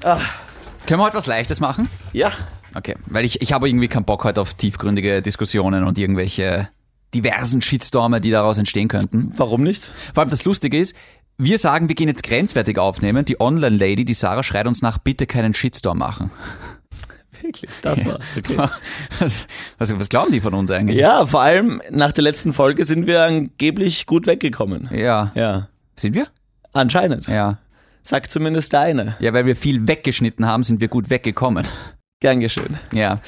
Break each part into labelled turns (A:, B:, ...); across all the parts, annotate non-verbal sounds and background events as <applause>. A: Können wir heute was Leichtes machen?
B: Ja,
A: Okay, weil ich, ich habe irgendwie keinen Bock heute auf tiefgründige Diskussionen und irgendwelche diversen Shitstorme, die daraus entstehen könnten.
B: warum nicht?
A: Vor allem das Lustige ist, wir sagen, wir gehen jetzt grenzwertig aufnehmen. Die Online-Lady, die Sarah, schreit uns nach, bitte keinen Shitstorm machen.
B: Wirklich, das war's. Okay.
A: <laughs> Was, was, was glauben die von uns eigentlich?
B: Ja, vor allem nach der letzten Folge sind wir angeblich gut weggekommen.
A: Ja.
B: Ja,
A: Sind wir?
B: anscheinend.
A: Ja.
B: Sagt zumindest der eine.
A: Ja, weil wir viel weggeschnitten haben, sind wir gut weggekommen.
B: Gern geschehen.
A: Ja.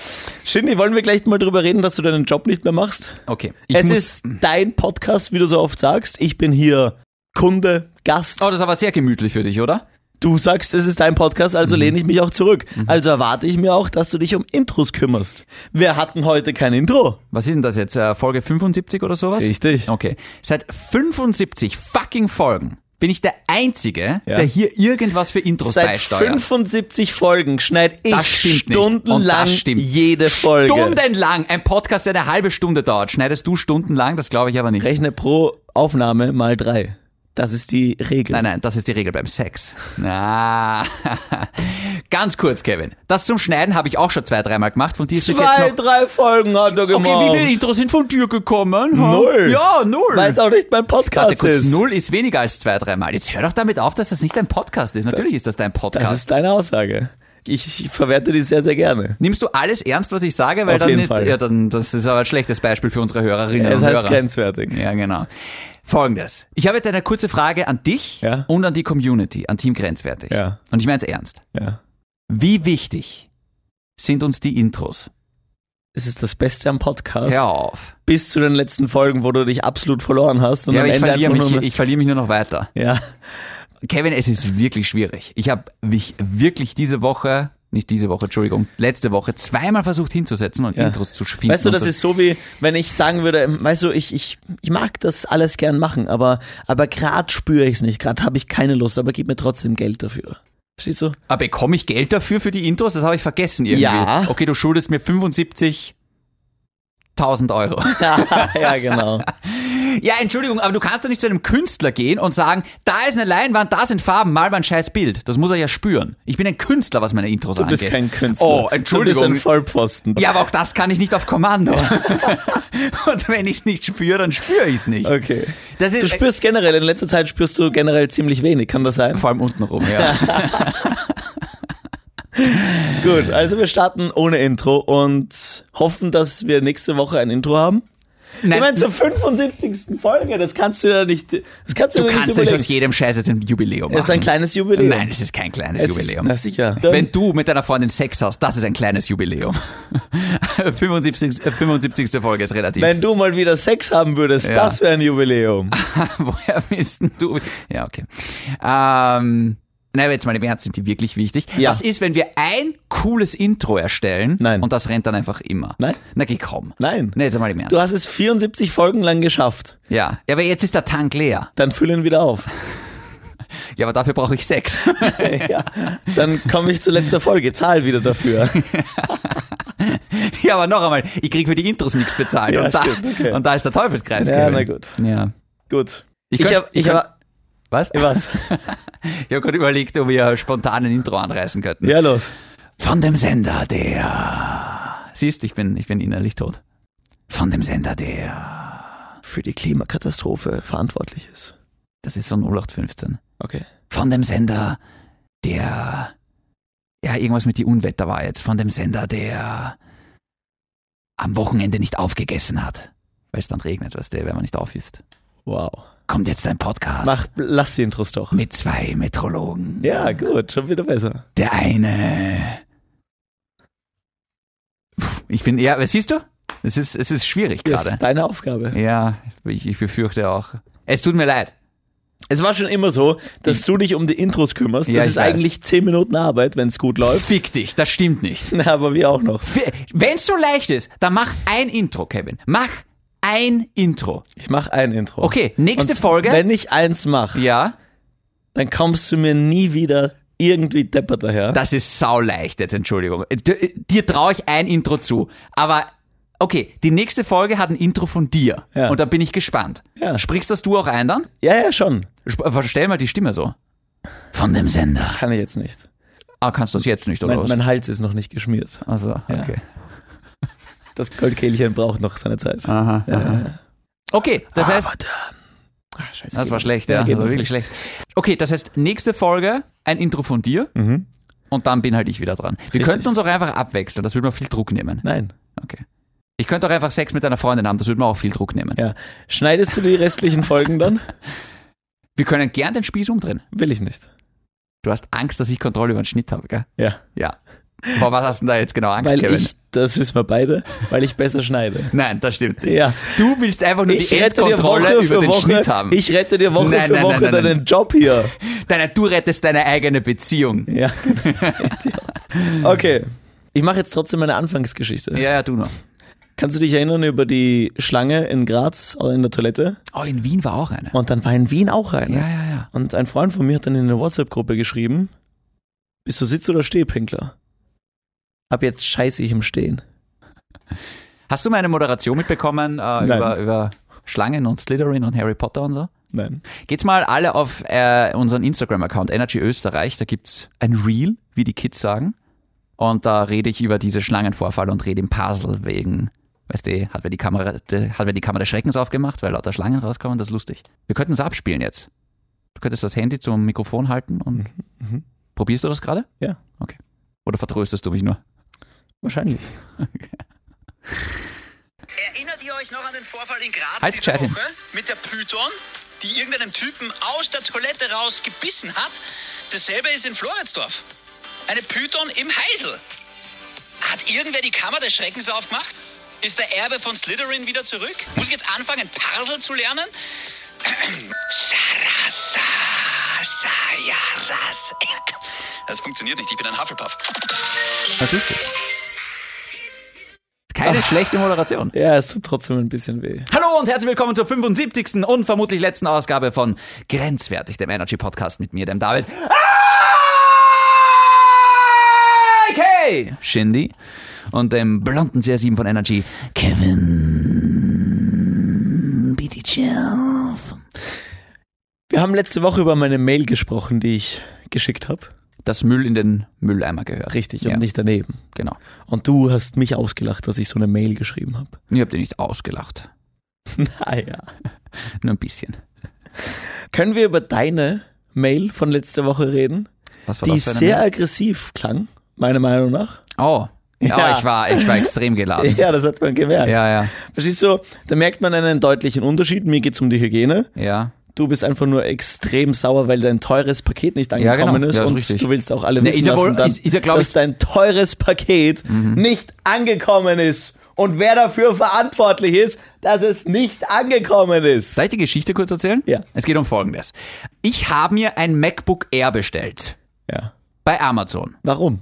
B: Shindy, wollen wir gleich mal drüber reden, dass du deinen Job nicht mehr machst?
A: Okay. Ich
B: es
A: muss-
B: ist dein Podcast, wie du so oft sagst. Ich bin hier Kunde, Gast.
A: Oh, das ist aber sehr gemütlich für dich, oder?
B: Du sagst, es ist dein Podcast,
A: Mhm.
B: also lehne ich mich auch zurück. Also erwarte ich mir auch, dass du dich um Intros kümmerst. Wir hatten heute kein Intro.
A: Was ist denn das jetzt? äh, Folge 75 oder sowas?
B: Richtig.
A: Okay. Seit 75 fucking Folgen bin ich der Einzige,
B: Ja.
A: der hier irgendwas für Intros
B: Seit
A: beisteuert.
B: 75 Folgen schneid ich
A: Das stimmt nicht. Und
B: stundenlang
A: das stimmt.
B: jede Folge.
A: Stundenlang. Ein Podcast, der eine halbe Stunde dauert. Schneidest du stundenlang? Das glaube ich aber nicht.
B: Rechne pro Aufnahme mal drei. Das ist die Regel.
A: Nein, nein, das ist die Regel beim Sex. Na, <laughs> ganz kurz, Kevin. Das zum Schneiden habe ich auch schon zwei, dreimal gemacht. Von dir ist bis jetzt
B: Zwei,
A: noch...
B: drei Folgen hat er gemacht.
A: Okay, wie viele Intros sind von dir gekommen? ha?
B: Null.
A: Ja, null.
B: Weil es auch nicht mein Podcast
A: Warte kurz,
B: ist.
A: null ist weniger als zwei, dreimal. Jetzt hör doch damit auf, dass das nicht dein Podcast ist. Natürlich ist das dein
B: Das
A: Podcast.
B: ist deine Aussage. Ich, ich verwerte die sehr, sehr gerne.
A: Nimmst du alles ernst, was ich sage? Weil
B: Auf
A: dann
B: jeden
A: nicht,
B: Fall.
A: Ja, dann, das ist aber ein schlechtes Beispiel für unsere Hörerinnen
B: es
A: und
B: heißt
A: Hörer.
B: grenzwertig.
A: ja, genau. Folgendes. Ich habe jetzt eine kurze Frage an dich
B: Ja.
A: und an die Community, an Team Grenzwertig.
B: Ja.
A: Und ich meine es ernst.
B: Ja.
A: Wie wichtig sind uns die Intros?
B: Es ist das Beste am Podcast.
A: Hör auf.
B: Bis zu den letzten Folgen, wo du dich absolut verloren hast. Und
A: Ja,
B: am
A: aber ich
B: Ende
A: verliere,
B: einfach
A: mich,
B: nur
A: ich verliere mich nur noch weiter.
B: Ja.
A: Kevin, es ist wirklich schwierig. Ich habe mich wirklich diese Woche, nicht diese Woche, Entschuldigung, letzte Woche zweimal versucht hinzusetzen und
B: Ja.
A: Intros zu finden.
B: Weißt du,
A: und
B: das ist so wie, wenn ich sagen würde, ähm, weißt du, ich, ich, ich mag das alles gern machen, aber, aber gerade spüre ich es nicht, gerade habe ich keine Lust, aber gib mir trotzdem Geld dafür.
A: <laughs>
B: Verstehst du?
A: Aber Ah, bekomme ich Geld dafür für die Intros? Das habe ich vergessen irgendwie.
B: Ja.
A: Okay, du schuldest mir 75.000 Euro.
B: ja, genau.
A: <laughs> Ja, Entschuldigung, aber du kannst doch nicht zu einem Künstler gehen und sagen, da ist eine Leinwand, da sind Farben, mal mal ein scheiß Bild. Das muss er ja spüren. Ich bin ein Künstler, was meine Intros
B: Du
A: angeht.
B: bist kein Künstler.
A: Oh,
B: Du bist ein
A: Entschuldigung.
B: Vollpfosten.
A: Ja, aber auch das kann ich nicht auf Kommando. <laughs> und wenn ich es nicht spüre, dann spüre ich es nicht.
B: Okay.
A: Das ist,
B: Du spürst generell, in letzter Zeit spürst du generell ziemlich wenig, kann das sein?
A: Vor allem
B: <laughs>
A: untenrum, ja.
B: Gut, also wir starten ohne Intro und hoffen, dass wir nächste Woche ein Intro haben.
A: Nein,
B: ich meine, zur 75. Folge, das kannst du ja nicht, das kannst du,
A: du
B: dir
A: kannst
B: nicht
A: nicht
B: überlegen.
A: aus jedem Scheiß jetzt ein Jubiläum machen.
B: es ist ein kleines Jubiläum.
A: Nein, es ist kein kleines
B: es Ist,
A: Jubiläum.
B: na sicher.
A: Wenn du mit deiner Freundin Sex hast, das ist ein kleines Jubiläum. <laughs> 75. äh, 75. Folge ist relativ.
B: Wenn du mal wieder Sex haben würdest,
A: Ja. Ah.
B: das wäre ein Jubiläum.
A: <laughs> Woher willst denn du? Ja, okay. Ähm, nein, aber jetzt mal im Ernst, sind die wirklich wichtig?
B: Ja.
A: Was ist, wenn wir ein cooles Intro erstellen
B: Nein.
A: und das rennt dann einfach immer?
B: Nein.
A: Na, geh komm.
B: Nein.
A: Nee, jetzt mal im Ernst.
B: Du hast es 74 Folgen lang geschafft.
A: Ja. ja, aber jetzt ist der Tank leer.
B: Dann füll ihn wieder auf. <laughs>
A: Ja, aber dafür brauche ich Sex. <laughs>
B: ja. Dann komme ich zur letzten Folge. Zahl wieder dafür.
A: Ja, aber noch einmal, ich krieg für die Intros nichts bezahlt.
B: Ja,
A: und, da,
B: stimmt, okay.
A: und da ist der Teufelskreis.
B: Ja,
A: Kevin.
B: na gut.
A: Ja.
B: Gut.
A: Ich
B: ich
A: könnt-
B: habe,
A: ich
B: ich
A: könnt-
B: habe,
A: Was? Ich
B: was?
A: habe gerade überlegt, ob wir spontan ein Intro anreißen könnten.
B: Ja, los.
A: Von dem Sender, der. Siehst, ich bin, ich bin innerlich tot. Von dem Sender, der.
B: Für die Klimakatastrophe verantwortlich ist.
A: Das ist so ein 0815.
B: Okay.
A: Von dem Sender, der. Ja, irgendwas mit die Unwetter war jetzt. Von dem Sender, der am Wochenende nicht aufgegessen hat. Weil es dann regnet, weißt du, wenn man nicht auf ist.
B: Wow.
A: Kommt jetzt ein Podcast.
B: Mach, lass die Intros doch.
A: mit zwei Metrologen.
B: Ja, gut, schon wieder besser.
A: Der eine. Puh, Ich bin ja, was siehst du? Es ist, es ist schwierig
B: Das
A: gerade.
B: ist deine Aufgabe.
A: Ja, ich, ich befürchte auch. Es tut mir leid.
B: Es war schon immer so, dass du dich um die Intros kümmerst. Das
A: Ja, ich
B: ist
A: weiß.
B: eigentlich 10 Minuten Arbeit, wenn es gut
A: <laughs>
B: läuft. <laughs>
A: Fick dich, das stimmt nicht.
B: Na, aber wir auch noch.
A: Wenn es so leicht ist, dann mach ein Intro, Kevin. Mach ein Intro.
B: Ich mache ein Intro.
A: Okay, nächste
B: Und
A: Folge.
B: Wenn ich eins mache,
A: ja,
B: dann kommst du mir nie wieder irgendwie deppert daher.
A: das ist sauleicht jetzt, Entschuldigung. D dir traue ich ein Intro zu. Aber okay, die nächste Folge hat ein Intro von dir.
B: Ja.
A: Und da bin ich gespannt.
B: Ja.
A: Sprichst das du auch ein dann? äh,
B: ja, ja, schon.
A: Sp- Verstell mal die Stimme so. Von dem Sender.
B: Kann ich jetzt nicht.
A: Ah, kannst du das jetzt nicht, oder
B: Mein,
A: was?
B: mein Hals ist noch nicht geschmiert.
A: also, okay.
B: Das Goldkehlchen braucht noch seine Zeit.
A: Ah, Aha, aha.
B: Ja.
A: Okay, das heißt,
B: Aber dann- Ah, scheiße.
A: das
B: geht
A: war
B: nicht.
A: schlecht, ja,
B: geht
A: das war
B: nicht.
A: wirklich schlecht. Okay, das heißt, nächste Folge, ein Intro von dir
B: Mhm.
A: und dann bin halt ich wieder dran. Wir
B: Richtig.
A: könnten uns auch einfach abwechseln, das würde mir viel Druck nehmen.
B: Nein.
A: Okay. Ich könnte auch einfach Sex mit einer Freundin haben, das würde mir auch viel Druck nehmen.
B: Ja. Schneidest du die restlichen Folgen dann?
A: Wir können gern den Spieß umdrehen.
B: Will ich nicht.
A: Du hast Angst, dass ich Kontrolle über den Schnitt habe, gell?
B: Ja.
A: Ja. Vor was hast du denn da jetzt genau Angst,
B: Weil
A: Kevin?
B: ich, das wissen wir beide, weil ich besser schneide.
A: Nein, das stimmt nicht.
B: Ja.
A: Du willst einfach nur
B: Ich
A: die
B: rette dir
A: Endkontrolle
B: Woche
A: über
B: für
A: den Schnitt
B: Woche.
A: haben.
B: Ich rette dir Woche
A: Nein, nein,
B: für
A: nein,
B: Woche
A: nein, nein.
B: deinen Job hier.
A: Deine, du rettest deine eigene Beziehung.
B: Ja. <laughs> okay. Ich mache jetzt trotzdem meine Anfangsgeschichte.
A: Ja, ja, du noch.
B: Kannst du dich erinnern über die Schlange in Graz oder in der Toilette?
A: Oh, in Wien war auch eine.
B: Und dann war in Wien auch eine.
A: Ja, ja, ja.
B: Und ein Freund von mir hat dann in eine WhatsApp-Gruppe geschrieben: Bist du Sitz- oder Stehpinkler? Ab jetzt scheiße ich im Stehen.
A: Hast du meine Moderation mitbekommen äh, über, über Schlangen und Slytherin und Harry Potter und so?
B: Nein.
A: Geht's mal alle auf äh, unseren Instagram-Account Energy Österreich, da gibt's ein Reel, wie die Kids sagen. Und da rede ich über diese Schlangenvorfall und rede im Puzzle wegen, weißt du, hat mir die Kamera, de, hat mir die Kamera des Schreckens aufgemacht, weil lauter Schlangen rauskommen, das ist lustig. Wir könnten es abspielen jetzt. Du könntest das Handy zum Mikrofon halten und
B: Mhm.
A: probierst du das gerade?
B: Ja.
A: Okay. Oder vertröstest du mich nur?
B: Wahrscheinlich.
C: Erinnert ihr euch noch an den Vorfall in Graz
A: Halt's
C: diese
A: gescheit hin.
C: Woche mit der Python, die irgendeinem Typen aus der Toilette raus gebissen hat? Dasselbe ist in Floridsdorf. Eine Python im Heisel. Hat irgendwer die Kammer des Schreckens aufgemacht? Ist der Erbe von Slytherin wieder zurück? Muss ich jetzt anfangen, Parsel zu lernen? Sarasa, Sayaras. Das funktioniert nicht, ich bin ein Hufflepuff.
A: Was ist das? Keine schlechte Moderation.
B: Ja, es tut trotzdem ein bisschen weh.
A: Hallo und herzlich willkommen zur 75. und vermutlich letzten Ausgabe von Grenzwertig, dem Energy Podcast mit mir, dem David. Ah, Okay, Shindy und dem blonden CR7 von Energy, Kevin Bidichev.
B: Wir haben letzte Woche über meine Mail gesprochen, die ich geschickt habe.
A: Das Müll in den Mülleimer gehört.
B: Richtig,
A: ja,
B: und nicht daneben.
A: genau.
B: Und du hast mich ausgelacht, dass ich so eine Mail geschrieben <laughs> habe.
A: Ich habe dir nicht ausgelacht,
B: Naja.
A: nur ein bisschen.
B: Können wir über deine Mail von letzter Woche reden,
A: Was war
B: die
A: das für eine
B: sehr
A: Mail?
B: aggressiv klang, meiner Meinung nach?
A: Oh, ja,
B: Ja.
A: Ich, war,
B: <laughs>
A: ich war extrem geladen.
B: Ja, das hat man gemerkt.
A: ja, ja,
B: Verstehst du, da merkt man einen deutlichen Unterschied. Mir geht's um die Hygiene.
A: ja.
B: Du bist einfach nur extrem sauer, weil dein teures Paket nicht
A: genau.
B: angekommen
A: Ja,
B: ist.
A: ist
B: und
A: richtig.
B: du willst auch alle
A: Ne,
B: wissen,
A: ist ja wohl-
B: lassen, dass,
A: ist- ist ja, glaub
B: dass
A: ich- Mhm.
B: dein teures Paket nicht angekommen ist. Und wer dafür verantwortlich ist, dass es nicht angekommen ist.
A: Soll ich die Geschichte kurz erzählen?
B: Ja.
A: Es geht um Folgendes. Ich habe mir ein MacBook Air bestellt.
B: Ja.
A: Bei Amazon.
B: Warum?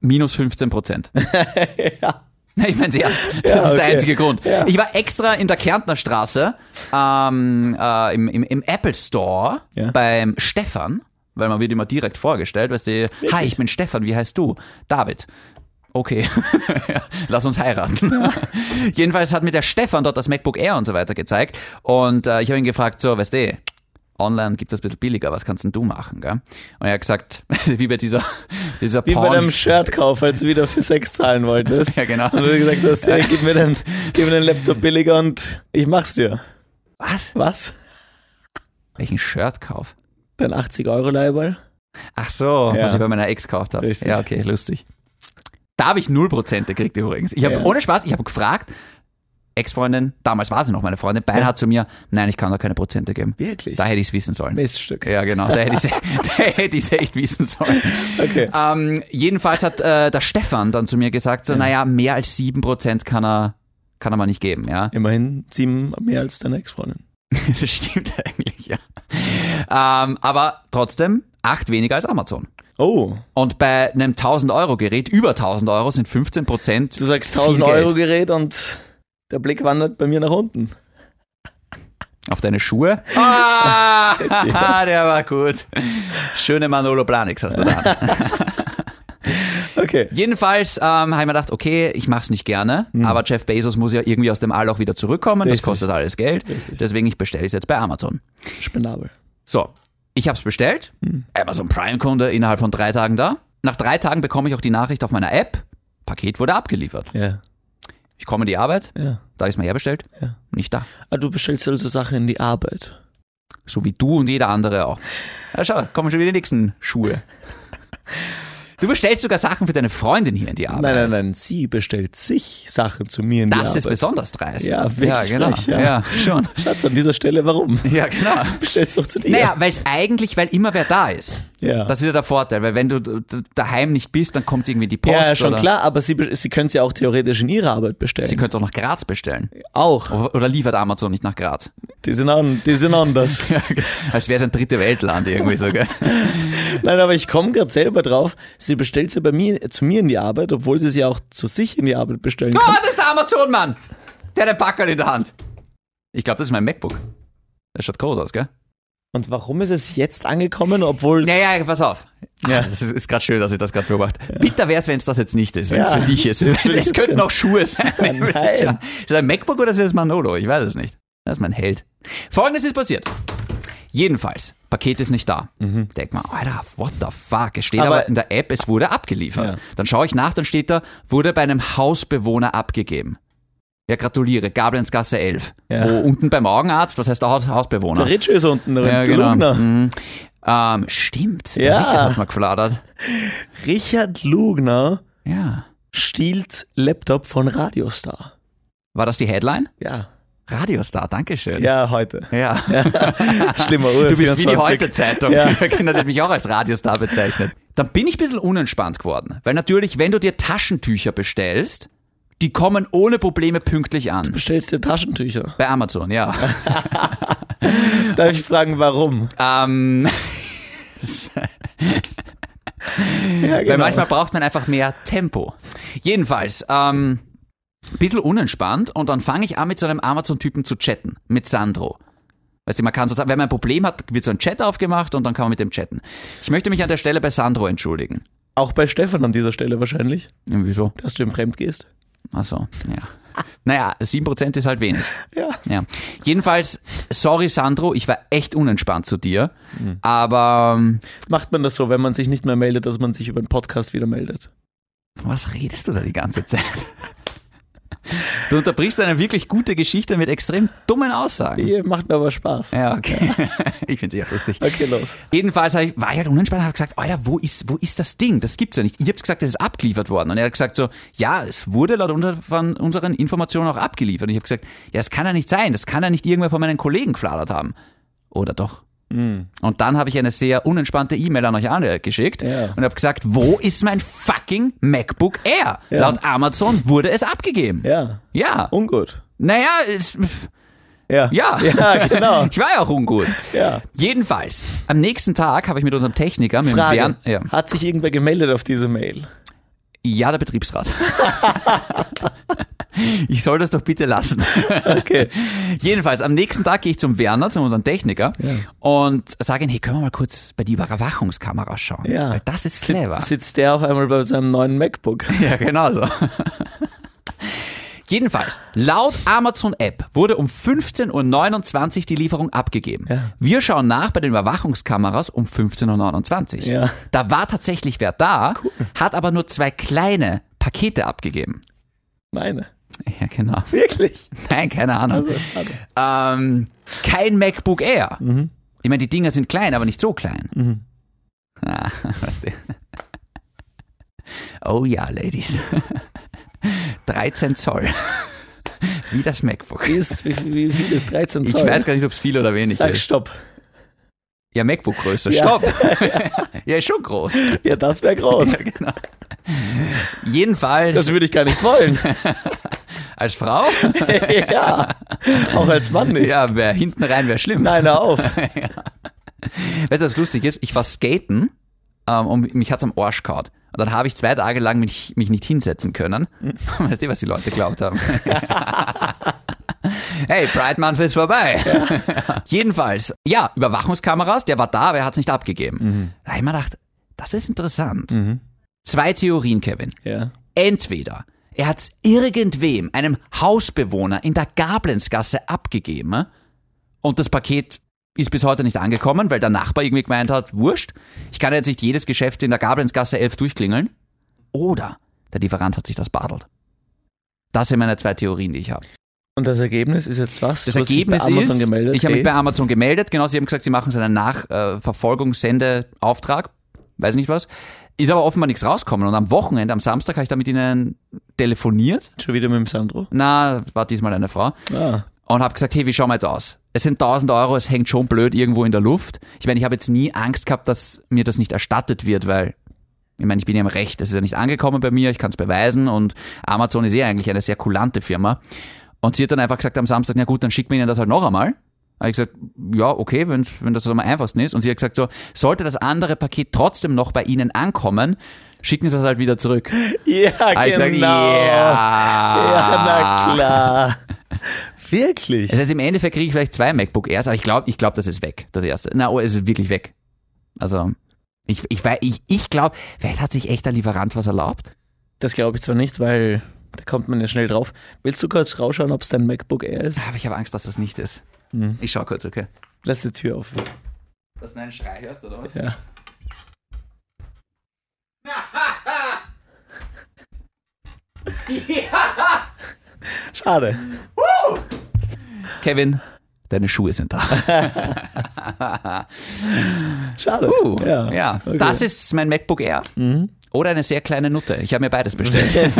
A: Minus 15 Prozent. <laughs> ja. Ich meine es ernst. Das
B: <laughs> Ja,
A: ist der
B: okay.
A: einzige Grund.
B: Ja.
A: Ich war extra in der Kärntner Straße ähm, äh, im, im, im Apple Store
B: Ja.
A: beim Stefan, weil man wird immer direkt vorgestellt, weißt du, hi, ich bin Stefan, wie heißt du? David. Okay, <laughs> Ja, lass uns heiraten. <laughs> Jedenfalls hat mir der Stefan dort das MacBook Air und so weiter gezeigt und äh, ich habe ihn gefragt, so, weißt du, online gibt es ein bisschen billiger, was kannst denn du machen, gell? Und er hat gesagt, <laughs> wie bei dieser, dieser
B: Wie bei
A: Porn-
B: deinem Shirtkauf, als du wieder für Sex zahlen wolltest.
A: <laughs> Ja, genau.
B: Und du gesagt hast,
A: <laughs>
B: ja, gib mir den, gib mir den Laptop billiger und ich mach's dir.
A: Was?
B: Was?
A: Welchen Shirtkauf?
B: Dein 80-Euro-Leihball?
A: Ach so,
B: Ja.
A: was ich bei meiner Ex gekauft habe.
B: Richtig.
A: Ja, okay, lustig. Da habe ich 0% gekriegt übrigens. Ich habe
B: Ja.
A: ohne Spaß, ich habe gefragt, Ex-Freundin, damals war sie noch meine Freundin, Beinhard zu mir, nein, ich kann da keine Prozente geben.
B: Wirklich?
A: Da hätte ich es wissen sollen.
B: Miststück.
A: Ja, genau, <laughs> da hätte ich es echt wissen sollen.
B: Okay.
A: Ähm, jedenfalls hat äh, der Stefan dann zu mir gesagt, so, naja, mehr als 7% kann er, kann er mal nicht geben,
B: <laughs>
A: ja.
B: Immerhin sieben mehr als deine Ex-Freundin.
A: Das stimmt eigentlich, ja. Ähm, aber trotzdem, acht weniger als Amazon.
B: Oh,
A: Und bei einem 1000-Euro-Gerät, über 1000 Euro, sind 15 Prozent.
B: du sagst 1000 Euro Gerät und der Blick wandert bei mir nach unten.
A: Auf deine Schuhe. <laughs> Ah, der war gut. Schöne Manolo Planix hast du da.
B: <laughs>
A: an.
B: Okay.
A: Jedenfalls ähm, habe ich mir gedacht, okay, ich mache es nicht gerne, aber Jeff Bezos muss ja irgendwie aus dem All auch wieder zurückkommen.
B: Mhm. Richtig.
A: Das kostet alles Geld.
B: Richtig.
A: Deswegen, ich bestelle es jetzt bei Amazon.
B: Spendabel. Mhm.
A: So, ich habe es bestellt. Amazon Prime-Kunde innerhalb von drei Tagen da. Nach drei Tagen bekomme ich auch die Nachricht auf meiner App, Paket wurde abgeliefert.
B: Ja,
A: Ich komme in die Arbeit,
B: ja.
A: da ist mal herbestellt,
B: Ja.
A: nicht da.
B: Ah, du bestellst also Sachen in die Arbeit.
A: So wie du und jeder andere auch. Ja, schau, kommen schon wieder die nächsten Schuhe. Du bestellst sogar Sachen für dreist. deine Freundin hier in die Arbeit.
B: Nein, nein, nein, sie bestellt sich Sachen zu mir in die
A: Das
B: Arbeit.
A: ist besonders dreist.
B: Ja, wirklich
A: Ja, genau.
B: frech, ja.
A: ja schon.
B: Schatz, an dieser
A: <laughs>
B: Stelle, warum?
A: Ja, genau.
B: Bestellst doch zu dir.
A: Naja, weil es eigentlich, weil immer wer da ist.
B: ja.
A: Das ist ja der Vorteil, weil wenn du d- d- daheim nicht bist, dann kommt irgendwie die Post.
B: ja, schon
A: oder
B: klar, aber sie, be- sie können es ja auch theoretisch in ihrer Arbeit bestellen.
A: Sie Oh. könnt auch nach Graz bestellen.
B: auch.
A: O- Oder liefert Amazon nicht nach Graz. <laughs>
B: Die sind, an, die sind anders.
A: Als wäre es ein dritte Weltland irgendwie so, gell?
B: Nein, aber ich komme gerade selber drauf. Sie bestellt sie bei mir, zu mir in die Arbeit, obwohl sie sie auch zu sich in die Arbeit bestellen
A: Oh,
B: kann.
A: das ist der Amazon-Mann! Der hat einen Backer in der Hand. Ich glaube, das ist mein MacBook. Das schaut groß aus, gell?
B: Und warum ist es jetzt angekommen, obwohl es...
A: Naja, pass auf.
B: Ja.
A: Ja. Das ist, ist gerade schön, dass ich das gerade beobachte. Bitter wäre es, wenn es das jetzt nicht ist, <laughs> wenn es
B: Ja.
A: für dich ist.
B: will ich
A: Es
B: jetzt
A: könnten
B: gerne.
A: auch Schuhe sein. nämlich,
B: nein.
A: ja. Ist das ein MacBook oder ist das Manolo? Ich weiß es nicht. Das ist mein Held. Folgendes ist passiert. Jedenfalls, Paket ist nicht da. Denk mal, Alter, what the fuck? Es steht Mhm. aber,
B: Aber-
A: in der App, es wurde abgeliefert.
B: Ja.
A: Dann schaue ich nach, dann steht da, wurde bei einem Hausbewohner abgegeben. Ja, gratuliere, Gablensgasse 11.
B: Ja.
A: Wo Oh, unten beim Augenarzt, was heißt der Haus, Hausbewohner?
B: Der Ritsch ist unten drin.
A: Ja,
B: du
A: genau.
B: Lugner.
A: Mhm. Ähm, stimmt, der
B: Ja.
A: Richard hat's mal gefladert.
B: Richard Lugner
A: Ja.
B: stiehlt Laptop von Radiostar.
A: War das die Headline?
B: Ja.
A: Radiostar, Dankeschön.
B: Ja,
A: <laughs>
B: heute.
A: Ja.
B: Schlimmer Uhr.
A: Du bist wie die
B: 24.
A: Heute-Zeitung.
B: Ja.
A: Ja. <laughs> Kinder hat mich auch als Radiostar bezeichnet. Dann bin ich ein bisschen unentspannt geworden. Weil natürlich, wenn du dir Taschentücher bestellst, die kommen ohne Probleme pünktlich an.
B: Bestellst dir Taschentücher.
A: Bei Amazon, ja.
B: <laughs> Darf ich fragen, warum?
A: ähm,
B: Ja, genau.
A: Weil manchmal braucht man einfach mehr Tempo. Jedenfalls, ähm, bisschen unentspannt und dann fange ich an, mit so einem Amazon-Typen zu chatten, mit Sandro. Weißt du, man kann so sagen, wenn man ein Problem hat, wird so ein Chat aufgemacht und dann kann man mit dem chatten. Ich möchte mich an der Stelle bei Sandro entschuldigen.
B: Auch bei Stefan an dieser Stelle wahrscheinlich,
A: Ja, Wieso?
B: dass du ihm fremd gehst.
A: Achso, ja. Naja, 7% ist halt wenig.
B: Ja.
A: Ja. Jedenfalls, sorry Sandro, ich war echt unentspannt zu dir, aber ähm,
B: Macht man das so, wenn man sich nicht mehr meldet, dass man sich über den Podcast wieder meldet?
A: Von Was redest du da die ganze Zeit? Du unterbrichst eine wirklich gute Geschichte mit extrem dummen Aussagen.
B: Ihr macht mir aber Spaß.
A: Ja, okay. <laughs> Ich finde sie ja lustig.
B: Okay, los.
A: Jedenfalls hab ich, war ich halt unentspannt und habe gesagt, Alter, wo ist, wo ist das Ding? Das gibt's ja nicht. Ihr habt gesagt, das ist abgeliefert worden. Und er hat gesagt so, ja, es wurde laut unter, von unseren Informationen auch abgeliefert. Und ich habe gesagt, ja, das kann ja nicht sein. Das kann ja nicht irgendwer von meinen Kollegen gefladert haben. Oder doch?
B: Hm.
A: Und dann habe ich eine sehr unentspannte E-Mail an euch alle geschickt
B: Ja.
A: und habe gesagt, wo ist mein fucking MacBook Air?
B: Ja.
A: Laut Amazon wurde es abgegeben.
B: Ja.
A: Ja.
B: Ungut.
A: Naja, es,
B: Ja.
A: ja.
B: Ja, genau.
A: <laughs> ich war ja auch ungut.
B: Ja.
A: Jedenfalls, am nächsten Tag habe ich mit unserem Techniker, mit dem
B: Frage.
A: Bernd- ja.
B: Hat sich irgendwer gemeldet auf diese Mail?
A: ja, der
B: <laughs>
A: Betriebsrat. ich soll das doch bitte lassen. <laughs>
B: Okay.
A: Jedenfalls, am nächsten Tag gehe ich zum Werner, zu unserem Techniker, und sage ihm, hey, können wir mal kurz bei die Überwachungskamera schauen?
B: Ja.
A: Weil das ist clever.
B: Sitzt der auf einmal bei seinem neuen MacBook?
A: <laughs> Ja, genau so. Jedenfalls, laut Amazon App wurde um 15.29 Uhr die Lieferung abgegeben.
B: Ja.
A: Wir schauen nach bei den Überwachungskameras um 15.29 Uhr.
B: Ja.
A: Da war tatsächlich wer da, hat aber nur zwei kleine Pakete abgegeben.
B: Meine.
A: Ja, genau. <laughs>
B: Wirklich?
A: Nein, keine Ahnung.
B: Also, schade.
A: Ähm, kein MacBook Air.
B: Mhm.
A: Ich meine, die Dinger sind klein, aber nicht so klein. <laughs> Ah, weißt du. Oh ja, Ladies. <laughs> 13 Zoll. <laughs> Wie das MacBook.
B: Wie, ist, wie, wie, wie viel ist 13
A: Ich
B: Zoll?
A: weiß gar nicht, ob es viel oder wenig
B: Sag
A: ist.
B: Stopp.
A: Ja, MacBook-Größe.
B: Ja.
A: Stopp. <laughs> ja, ist schon groß.
B: Ja, das wäre groß.
A: Ja, genau. Jedenfalls
B: Das würde ich gar
A: <laughs>
B: nicht wollen. <laughs>
A: als Frau,
B: ja. Auch als Mann nicht.
A: ja, wer hinten rein wäre schlimm.
B: Nein, hör
A: <laughs>
B: auf.
A: Weißt du, was lustig ist? Ich war skaten ähm, und mich hat's am Arsch gehauen. Und dann habe ich zwei Tage lang mich, mich nicht hinsetzen können. <laughs> Weißt du, was die Leute geglaubt haben? <laughs> hey, Pride Month ist vorbei. <laughs> Jedenfalls, ja, Überwachungskameras, der war da, aber er hat's nicht abgegeben. Da habe ich mir gedacht, das ist interessant. Zwei Theorien, Kevin.
B: Ja.
A: Entweder er hat's irgendwem, einem Hausbewohner in der Gablensgasse abgegeben und das Paket ist bis heute nicht angekommen, weil der Nachbar irgendwie gemeint hat, wurscht, ich kann jetzt nicht jedes Geschäft in der Gablenzgasse 11 durchklingeln. Oder der Lieferant hat sich das badelt. Das sind meine zwei Theorien, die ich habe.
B: Und das Ergebnis ist jetzt was?
A: Das
B: Du hast dich
A: Ergebnis
B: bei Amazon
A: ist,
B: gemeldet. Eh,
A: ich habe mich
B: Hey.
A: bei Amazon gemeldet, genau, sie haben gesagt, sie machen so einen Nachverfolgungssendeauftrag, weiß nicht was. Ist aber offenbar nichts rauskommen und am Wochenende, am Samstag, habe ich da mit ihnen telefoniert.
B: schon wieder mit dem Sandro.
A: Na, war diesmal eine Frau.
B: Ah.
A: und habe gesagt, hey, wie schauen wir jetzt aus? Es sind 1000 Euro, es hängt schon blöd irgendwo in der Luft. Ich meine, ich habe jetzt nie Angst gehabt, dass mir das nicht erstattet wird, weil ich meine, ich bin ja im Recht, es ist ja nicht angekommen bei mir, ich kann es beweisen und Amazon ist eh eigentlich eine sehr kulante Firma. Und sie hat dann einfach gesagt am Samstag, na gut, dann schickt mir ihnen das halt noch einmal. Habe ich gesagt, ja, okay, wenn, wenn das am einfachsten ist. Und sie hat gesagt so, sollte das andere Paket trotzdem noch bei ihnen ankommen, schicken sie es halt wieder zurück.
B: Ja,
A: Hab Ah, ich gesagt,
B: genau. Ja,
A: ja.
B: na klar.
A: <laughs>
B: Also, Wirklich?
A: Das heißt, im Endeffekt kriege ich vielleicht zwei MacBook Airs, aber ich glaube, ich glaub, das ist weg, das erste. Na, oh, es ist wirklich weg. Also, ich, ich, wei- ich, ich glaube, vielleicht hat sich echt der Lieferant was erlaubt.
B: Das glaube ich zwar nicht, weil da kommt man ja schnell drauf. Willst du kurz rausschauen, ob es dein MacBook Air ist?
A: Aber ich habe Angst, dass das nicht ist.
B: Hm.
A: Ich schau kurz, okay.
B: Lass die Tür auf.
A: Dass du einen Schrei hörst, oder was? <laughs>
B: Ja. Schade.
A: Kevin, deine Schuhe sind <laughs> da.
B: Schade.
A: Uh, ja, Mhm.
B: okay.
A: das ist mein MacBook Air. Oder eine sehr kleine Nutte. Ich habe mir beides <laughs> bestellt.
B: <laughs>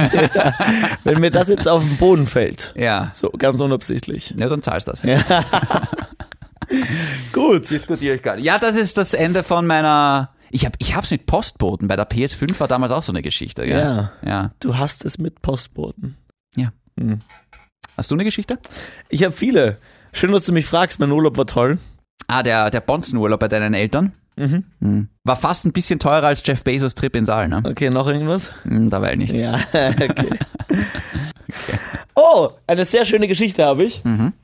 B: Wenn mir das jetzt auf den Boden fällt,
A: ja.
B: so ganz unabsichtlich.
A: Ja, dann zahlst du das.
B: Gut.
A: Diskutiere ich gar nicht. Ja, das ist das Ende von meiner. Ich habe es ich hab's mit Postboten. Bei der PS5 war damals auch so eine Geschichte. Gell? Ja. ja.
B: Du hast es mit Postboten.
A: Hast du eine Geschichte?
B: Ich habe viele. Schön, dass du mich fragst. Mein Urlaub war toll.
A: Ah, der, der Bonzenurlaub bei deinen Eltern. Mhm. War fast ein bisschen teurer als Jeff Bezos Trip ins All, ne?
B: Okay, noch irgendwas?
A: Hm, dabei nicht.
B: <laughs> Ja, okay. Oh, eine sehr schöne Geschichte habe ich. Können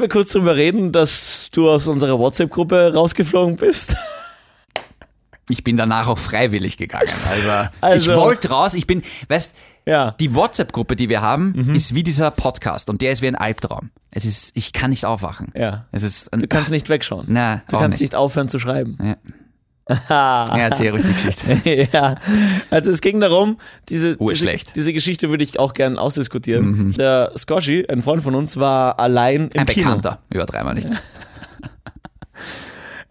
B: wir kurz drüber reden, dass du aus unserer WhatsApp-Gruppe rausgeflogen bist?
A: Ich bin danach auch freiwillig
B: <laughs>
A: gegangen. Also,
B: Also-
A: ich wollte raus. Ich bin, weißt,
B: Ja.
A: die WhatsApp-Gruppe, die wir haben,
B: Mhm.
A: ist wie dieser Podcast und der ist wie ein Albtraum. Es ist, ich kann nicht aufwachen.
B: Ja.
A: Es ist, ein,
B: Du kannst nicht wegschauen.
A: na,
B: du
A: auch
B: kannst nicht.
A: nicht.
B: aufhören zu schreiben.
A: Ja.
B: Aha.
A: Ja, erzähl ruhig die
B: <laughs>
A: Geschichte.
B: ja, also es ging darum, diese, diese,
A: Urschlecht.
B: diese Geschichte würde ich auch gern ausdiskutieren. Der Scorchy, ein Freund von uns, war allein im
A: Mhm. Ein
B: Kino.
A: Bekannter. Übertreiben wir nicht.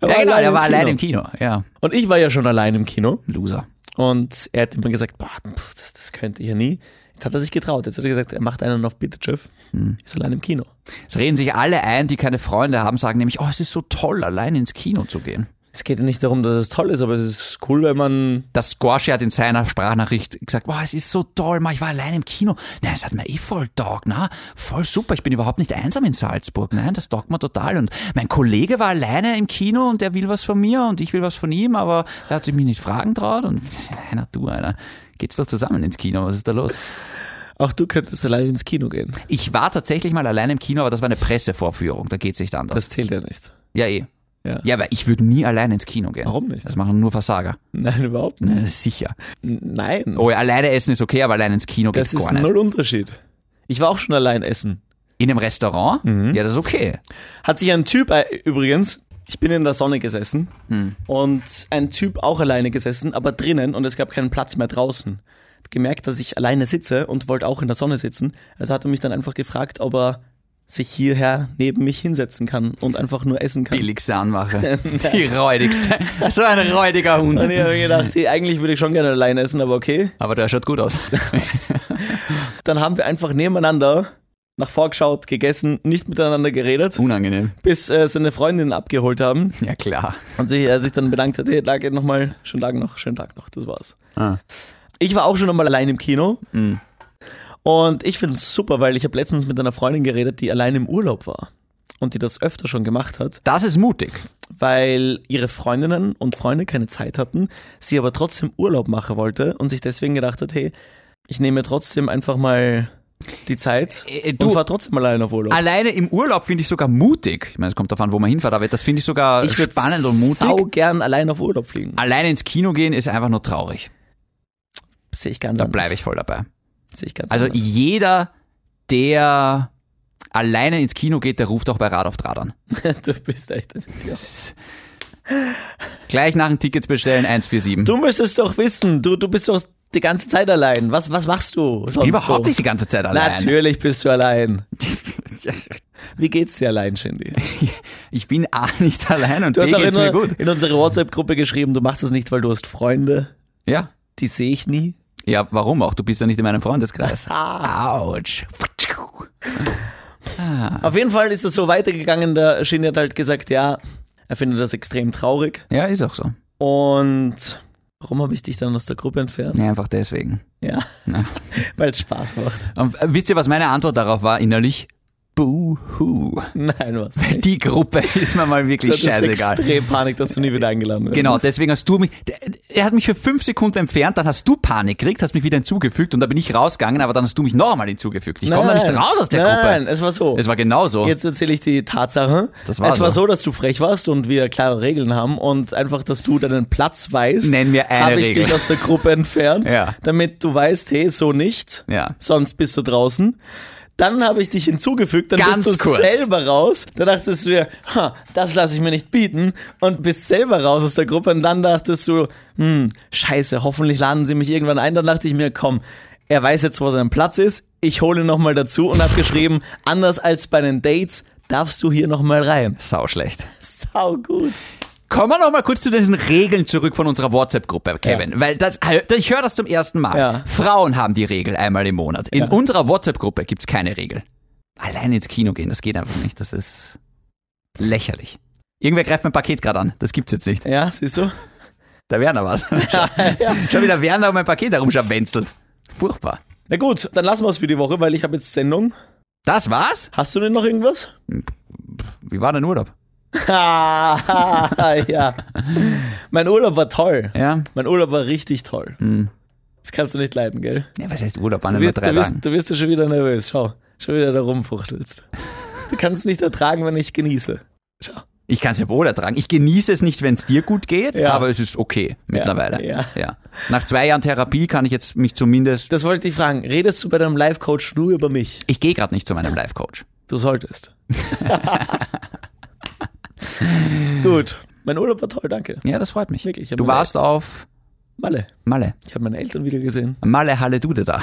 B: Er
A: Ja, genau, der war
B: Kino.
A: allein im Kino. Ja,
B: Und ich war ja schon allein im Kino.
A: Loser.
B: Und er hat immer gesagt, boah, pf, das, das könnte ich ja nie. Jetzt hat er sich getraut. Jetzt hat er gesagt, er macht einen auf Bitte, Jeff.
A: Mhm.
B: Ist allein im Kino.
A: Es reden sich alle ein, die keine Freunde haben, sagen nämlich, oh, es ist so toll, allein ins Kino zu gehen.
B: Es geht ja nicht darum, dass es toll ist, aber es ist cool, wenn man.
A: Das Squashi hat in seiner Sprachnachricht gesagt, boah, es ist so toll, ma, ich war allein im Kino. Nein, es hat mir eh voll taugt, na, voll super, ich bin überhaupt nicht einsam in Salzburg. Nein, das taugt mir total. Und mein Kollege war alleine im Kino und der will was von mir und ich will was von ihm, aber er hat sich mich nicht fragen traut und <laughs> einer, du, einer. Geht's doch zusammen ins Kino, was ist da los?
B: Auch du könntest allein ins Kino gehen.
A: Ich war tatsächlich mal allein im Kino, aber das war eine Pressevorführung, da geht's nicht anders.
B: Das zählt ja nicht.
A: ja, eh.
B: Ja.
A: Ja, aber ich würde nie allein ins Kino gehen.
B: Warum nicht?
A: Das machen nur Versager.
B: Nein, überhaupt nicht.
A: Das ist sicher.
B: Nein.
A: Oh, ja, alleine essen ist okay, aber allein ins Kino geht
B: das
A: gar
B: ist
A: nicht.
B: null Unterschied. Ich war auch schon allein essen.
A: In einem Restaurant? Ja, das ist okay.
B: Hat sich ein Typ äh, übrigens, ich bin in der Sonne gesessen und ein Typ auch alleine gesessen, aber drinnen und es gab keinen Platz mehr draußen. Hat gemerkt, dass ich alleine sitze und wollte auch in der Sonne sitzen. Also hat er mich dann einfach gefragt, ob er sich hierher neben mich hinsetzen kann und einfach nur essen kann.
A: Billigste Anmache. Die räudigste. So ein räudiger
B: Und
A: Hund.
B: ich habe mir gedacht, hey, eigentlich würde ich schon gerne alleine essen, aber okay.
A: <laughs> Aber der schaut gut aus.
B: Dann haben wir einfach nebeneinander nach vorgeschaut, gegessen, nicht miteinander geredet,
A: Unangenehm.
B: bis äh, seine Freundinnen abgeholt haben.
A: Ja, klar.
B: Und sich, er sich dann bedankt hat, hey, danke nochmal, schönen Tag noch, schönen Tag noch, das war's.
A: Ah.
B: Ich war auch schon einmal allein im Kino.
A: Mhm.
B: Und ich finde es super, weil ich habe letztens mit einer Freundin geredet, die allein im Urlaub war. Und die das öfter schon gemacht hat,
A: Das ist mutig.
B: weil ihre Freundinnen und Freunde keine Zeit hatten, sie aber trotzdem Urlaub machen wollte und sich deswegen gedacht hat, hey, ich nehme trotzdem einfach mal die Zeit
A: Äh, äh,
B: und
A: du-
B: fahr trotzdem allein auf Urlaub.
A: Alleine im Urlaub finde ich sogar mutig. Ich meine, es kommt darauf an, wo man hinfährt, aber das finde ich sogar
B: ich würde
A: spannend und mutig.
B: sau gern allein auf Urlaub fliegen.
A: Alleine ins Kino gehen ist einfach nur traurig.
B: Sehe ich ganz
A: Da
B: anders.
A: bleibe ich voll dabei.
B: Sehe ich ganz
A: Also
B: anders.
A: jeder, Also der alleine ins Kino geht, der ruft auch bei Rad auf Draht an.
B: <laughs> du bist echt ein
A: Das ist Gleich nach dem Tickets bestellen, 147.
B: Du müsstest doch wissen, du, du bist doch die ganze Zeit allein. Was, was machst du?
A: ich bin überhaupt nicht die ganze Zeit allein.
B: Natürlich bist du allein.
A: <laughs>
B: Wie geht's dir allein, Shindy?
A: Ich bin A <laughs> nicht allein und
B: Du hast
A: B
B: auch in,
A: geht's mir gut.
B: in unsere WhatsApp-Gruppe geschrieben, du machst es nicht, weil du hast Freunde.
A: Ja.
B: Die sehe ich nie.
A: Ja, warum auch? Du bist ja nicht in meinem Freundeskreis.
B: <laughs>
A: Autsch. Ah.
B: Auf jeden Fall ist es so weitergegangen. Der Shindy hat halt gesagt, ja, er findet das extrem traurig.
A: Ja, ist auch so.
B: Und warum habe ich dich dann aus der Gruppe entfernt?
A: Ja, einfach deswegen.
B: Ja, <laughs> weil es Spaß macht.
A: Und äh, wisst ihr, was meine Antwort darauf war innerlich?
B: <laughs>
A: Buhu.
B: Nein, was?
A: Weil die Gruppe ist mir mal wirklich
B: Das ist
A: scheißegal.
B: extrem Panik, dass du nie wieder eingeladen wirst.
A: Genau, deswegen hast du mich, der- er hat mich für fünf Sekunden entfernt, dann hast du Panik gekriegt, hast mich wieder hinzugefügt und da bin ich rausgegangen, aber dann hast du mich nochmal hinzugefügt. Ich komme da nicht
B: Nein,
A: raus aus der
B: nein,
A: Gruppe.
B: Nein, es war so.
A: Es war genau genauso.
B: Jetzt erzähle ich die Tatsache.
A: Das war
B: es war
A: so.
B: so, dass du frech warst und wir klare Regeln haben und einfach, dass du deinen Platz weißt.
A: Nenn mir eine
B: Habe ich
A: Regel.
B: dich aus der Gruppe entfernt,
A: Ja.
B: damit du weißt, hey, so nicht.
A: Ja.
B: Sonst bist du draußen. Dann habe ich dich hinzugefügt, dann
A: Ganz
B: bist du
A: kurz.
B: selber raus. Dann dachtest du dir, ha, das lasse ich mir nicht bieten und bist selber raus aus der Gruppe. Und dann dachtest du, hm, scheiße, hoffentlich laden sie mich irgendwann ein. Dann dachte ich mir, komm, er weiß jetzt, wo sein Platz ist. Ich hole ihn nochmal dazu und habe geschrieben, anders als bei den Dates darfst du hier nochmal rein.
A: Sau schlecht.
B: Sau gut.
A: Kommen wir nochmal kurz zu diesen Regeln zurück von unserer WhatsApp-Gruppe, Kevin. Weil das, ich höre das zum ersten Mal.
B: Ja.
A: Frauen haben die Regel einmal im Monat. In
B: Ja.
A: unserer WhatsApp-Gruppe gibt's keine Regel. Alleine ins Kino gehen, das geht einfach nicht. Das ist lächerlich. Irgendwer greift mein Paket gerade an. Das gibt's jetzt nicht.
B: Ja, siehst du?
A: Da Werner
B: <laughs>
A: war's. Schon wieder Werner um mein Paket herumschabwenzelt. Furchtbar.
B: Na gut, dann lassen wir es für die Woche, weil ich habe jetzt Sendung.
A: Das war's?
B: Hast du denn noch irgendwas? <laughs>
A: Wie war dein Urlaub?
B: Ah, ja. Mein Urlaub war toll.
A: Ja.
B: Mein Urlaub war richtig toll. Das kannst du nicht leiden, gell?
A: ja was heißt Urlaub? Waren
B: Du
A: immer
B: wirst,
A: drei
B: du,
A: Tagen.
B: wirst, du wirst ja schon wieder nervös. Schau, schon wieder da rumfuchtelst. Du kannst es nicht ertragen, wenn ich genieße. Schau.
A: Ich kann es ja wohl ertragen. Ich genieße es nicht, wenn es dir gut geht,
B: Ja.
A: aber es ist okay mittlerweile.
B: ja.
A: Nach zwei Jahren Therapie kann ich jetzt mich zumindest.
B: Das wollte ich dich fragen. Redest du bei deinem Live-Coach nur über mich?
A: Ich gehe gerade nicht zu meinem Life-Coach.
B: Du solltest. Gut. Mein Urlaub war toll, danke.
A: Ja, das freut mich.
B: Wirklich, ich hab
A: du
B: mir
A: warst auf
B: Malle.
A: Malle.
B: Ich habe meine Eltern wieder gesehen.
A: Malle Halle Dude
B: <laughs>
A: da.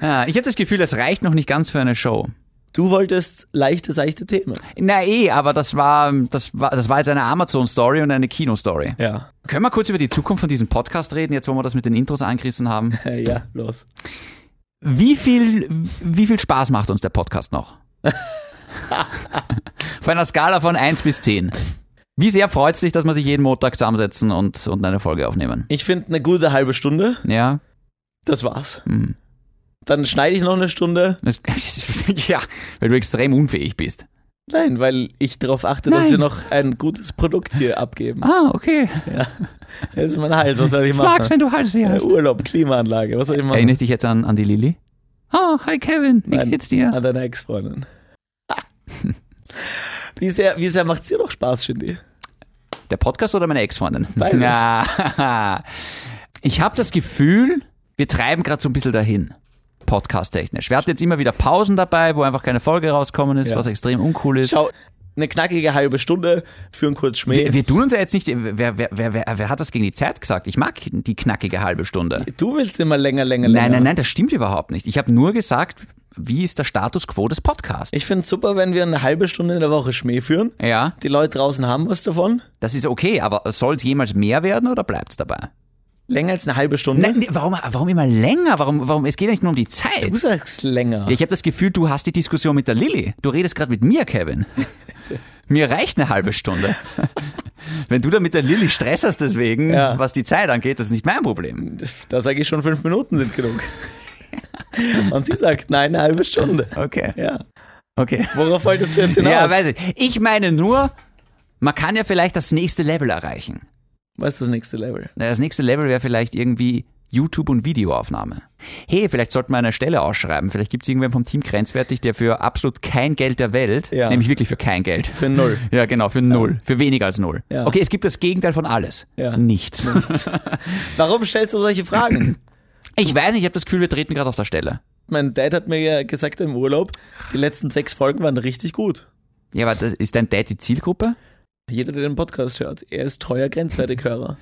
A: Ah, ich habe das Gefühl, das reicht noch nicht ganz für eine Show.
B: Du wolltest leichte, seichte Themen.
A: Na eh, aber das war, das war, das war jetzt eine Amazon-Story und eine Kino-Story.
B: Ja.
A: Können wir kurz über die Zukunft von diesem Podcast reden, jetzt wo wir das mit den Intros angerissen haben?
B: Ja, los.
A: Wie viel, wie viel Spaß macht uns der Podcast
B: <laughs>
A: noch? Auf einer Skala von 1 bis 10. Wie sehr freut es dich, dass wir sich jeden Montag zusammensetzen und, und eine Folge aufnehmen?
B: Ich finde eine gute halbe Stunde.
A: Ja?
B: Das war's.
A: Mhm.
B: Dann schneide ich noch eine Stunde.
A: Das, <laughs> ja, weil du extrem unfähig bist.
B: Nein, weil ich darauf achte, dass
A: Nein.
B: wir noch ein gutes Produkt
A: <laughs>
B: hier abgeben.
A: Ah, okay.
B: Das ist mein Hals, was soll ich
A: Magst,
B: machen?
A: wenn du Hals weh
B: Äh,
A: hast.
B: Urlaub, Klimaanlage, was soll ich machen?
A: Erinnere dich jetzt an, an die Lilly? Oh, hi Kevin, wie
B: Nein,
A: geht's dir?
B: An deine Ex-Freundin. <laughs> Wie sehr, wie sehr macht's dir noch Spaß, Shindy?
A: Der Podcast oder meine Ex-Freundin?
B: Beides.
A: Ja. <laughs> Ich habe das Gefühl, wir treiben gerade so ein bisschen dahin. Podcast-technisch. Wir hatten jetzt immer wieder Pausen dabei, wo einfach keine Folge rauskommen ist,
B: Ja.
A: was extrem uncool ist.
B: Schau, eine knackige halbe Stunde für einen kurzen Schmäh.
A: Wir, wir tun uns ja jetzt nicht. Wer, wer, wer, wer, wer hat was gegen die Zeit gesagt? Ich mag die knackige halbe Stunde.
B: Du willst immer länger, länger, länger.
A: Nein, nein, nein, das stimmt überhaupt nicht. Ich habe nur gesagt, wie ist der Status quo des Podcasts?
B: Ich find's super, wenn wir eine halbe Stunde in der Woche Schmäh führen.
A: ja,
B: Die Leute draußen haben was davon.
A: das ist okay, aber soll es jemals mehr werden oder bleibt es dabei?
B: Länger als eine halbe Stunde.
A: Nein, nee, warum, warum immer länger? Warum, warum? Es geht ja nicht nur um die Zeit.
B: Du sagst länger.
A: Ja, ich habe das Gefühl, du hast die Diskussion mit der Lilly. Du redest gerade mit mir,
B: <laughs>
A: Kevin. Mir reicht eine halbe Stunde. Wenn du da mit der Lilly Stress hast deswegen,
B: Ja.
A: was die Zeit angeht, das ist nicht mein Problem.
B: Da sage ich schon, fünf Minuten sind
A: <laughs>
B: genug. Und sie sagt, nein, eine halbe Stunde.
A: Okay,
B: Ja.
A: okay.
B: Worauf wolltest du jetzt hinaus?
A: Ja, weiß ich. Ich meine nur, man kann ja vielleicht das nächste Level erreichen.
B: Was ist das nächste Level?
A: Na, Das nächste Level wäre vielleicht irgendwie YouTube und Videoaufnahme. Hey, vielleicht sollten wir eine Stelle ausschreiben. Vielleicht gibt es irgendwen vom Team Grenzwertig, der für absolut kein Geld der Welt,
B: Ja.
A: nämlich wirklich für kein Geld,
B: Für null.
A: Ja, genau, für null. Für weniger als null.
B: Ja.
A: Okay, es gibt das Gegenteil von alles.
B: Ja.
A: Nichts. <laughs>
B: Warum stellst du solche Fragen?
A: <clears throat> Ich weiß nicht, ich habe das Gefühl, wir treten gerade auf der Stelle.
B: Mein Dad hat mir ja gesagt im Urlaub, die letzten sechs Folgen waren richtig gut.
A: Ja, aber das, ist dein Dad die Zielgruppe?
B: Jeder, der den Podcast hört, er ist treuer Grenzwertig-Hörer.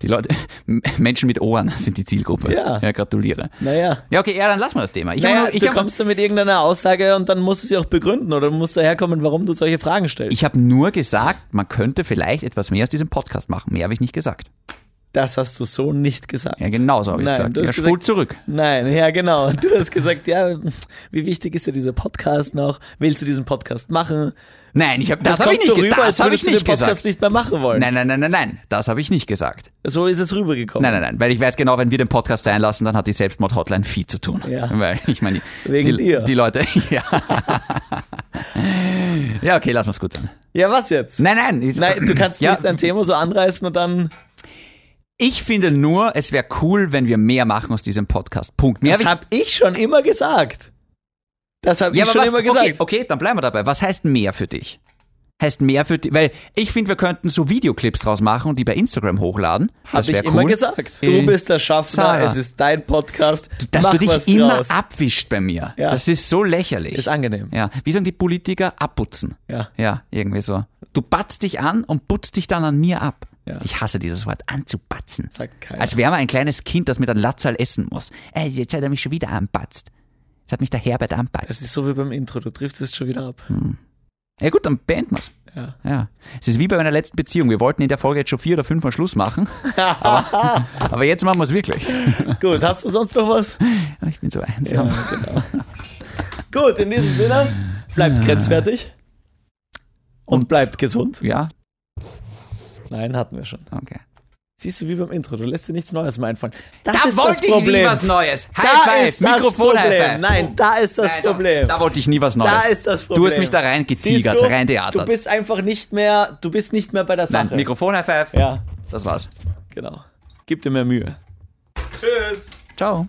A: Die Leute, <laughs> M- Menschen mit Ohren sind die Zielgruppe.
B: Ja.
A: ja gratuliere.
B: Naja.
A: Ja, okay, ja, dann lassen wir das Thema. Ich hab
B: naja,
A: nur- ich
B: du
A: hab-
B: kommst dann mit irgendeiner Aussage und dann musst du sie auch begründen oder du musst daherkommen, warum du solche Fragen stellst.
A: Ich habe nur gesagt, man könnte vielleicht etwas mehr aus diesem Podcast machen. Mehr habe ich nicht gesagt.
B: das hast du so nicht gesagt.
A: Ja, genau so habe ich
B: Nein,
A: gesagt.
B: du hast
A: Ja, spult
B: gesagt-
A: zurück.
B: Nein, ja genau. <laughs> Du hast gesagt, ja, wie wichtig ist dir dieser Podcast noch? Willst du diesen Podcast machen?
A: Nein, ich habe das, habe ich
B: kommt
A: nicht
B: so rüber,
A: gedacht.
B: als
A: Das habe ich
B: würdest du
A: nicht
B: den Podcast
A: gesagt.
B: nicht mehr machen wollen.
A: Nein, nein, nein, nein, nein. Das habe ich nicht gesagt.
B: So ist es rübergekommen.
A: Nein, nein, nein, weil ich weiß genau, wenn wir den Podcast sein lassen, dann hat die Selbstmord-Hotline viel zu tun.
B: Ja.
A: Weil ich meine,
B: Wegen
A: die,
B: dir.
A: die Leute. <laughs> Ja. ja, okay, lass mal's gut sein.
B: Ja, was jetzt?
A: Nein, nein. ich-
B: Nein, du kannst
A: ja,
B: nicht ein Thema so anreißen und dann.
A: Ich finde nur, es wäre cool, wenn wir mehr machen aus diesem Podcast. Punkt. Mehr
B: Das
A: hab
B: habe ich schon immer gesagt. Das habe
A: ich- ja,
B: ich
A: aber
B: schon
A: was,
B: immer gesagt.
A: Okay, okay, dann bleiben wir dabei. Was heißt mehr für dich? Heißt mehr für dich? Weil ich finde, wir könnten so Videoclips draus machen und die bei Instagram hochladen.
B: Hab
A: das
B: ich
A: wäre cool.
B: immer gesagt. Du
A: Äh,
B: bist der Schaffner,
A: Sarah.
B: es ist dein Podcast.
A: Dass
B: Mach
A: du
B: was
A: dich immer
B: draus.
A: abwischt bei mir.
B: Ja.
A: Das ist so lächerlich.
B: Ist angenehm.
A: Ja, wie sagen die Politiker? Abputzen.
B: Ja.
A: Ja, irgendwie so. Du batzt dich an und putzt dich dann an mir ab.
B: Ja.
A: Ich hasse dieses Wort, anzubatzen.
B: Sagt keiner.
A: Als wäre man ein kleines Kind, das mit einem Latzal essen muss. Ey, jetzt hat er mich schon wieder anbatzt. Jetzt hat mich der Herbert anbatzt.
B: Es ist so wie beim Intro, du triffst es schon wieder ab.
A: Ja gut, dann beenden wir's.
B: Ja.
A: Ja. Es ist wie bei meiner letzten Beziehung. Wir wollten in der Folge jetzt schon vier oder fünfmal Schluss machen. <laughs> aber, aber jetzt machen wir's wirklich.
B: <laughs> Gut, hast du sonst noch was?
A: Ich bin so einsam.
B: Gut, in diesem Sinne, bleibt grenzwertig. Und,
A: Und-
B: bleibt gesund.
A: Ja,
B: Nein, hatten wir schon.
A: okay.
B: Siehst du, wie beim Intro, du lässt dir nichts Neues mehr einfallen. Das
A: da
B: ist
A: wollte
B: das Problem.
A: ich nie was Neues. High
B: da
A: five,
B: ist das
A: Mikrofon High
B: Problem.
A: five.
B: Nein, da ist das
A: Nein, da-
B: Problem.
A: Da wollte ich nie was Neues.
B: Da ist das Problem.
A: Du hast mich da reingetigert,
B: Siehst du, Du
A: reintheatert.
B: bist einfach nicht mehr, du bist nicht mehr bei der Sache.
A: Nein, Mikrofon High Five.
B: Ja,
A: Das war's.
B: genau. Gib dir mehr Mühe. Tschüss.
A: Ciao.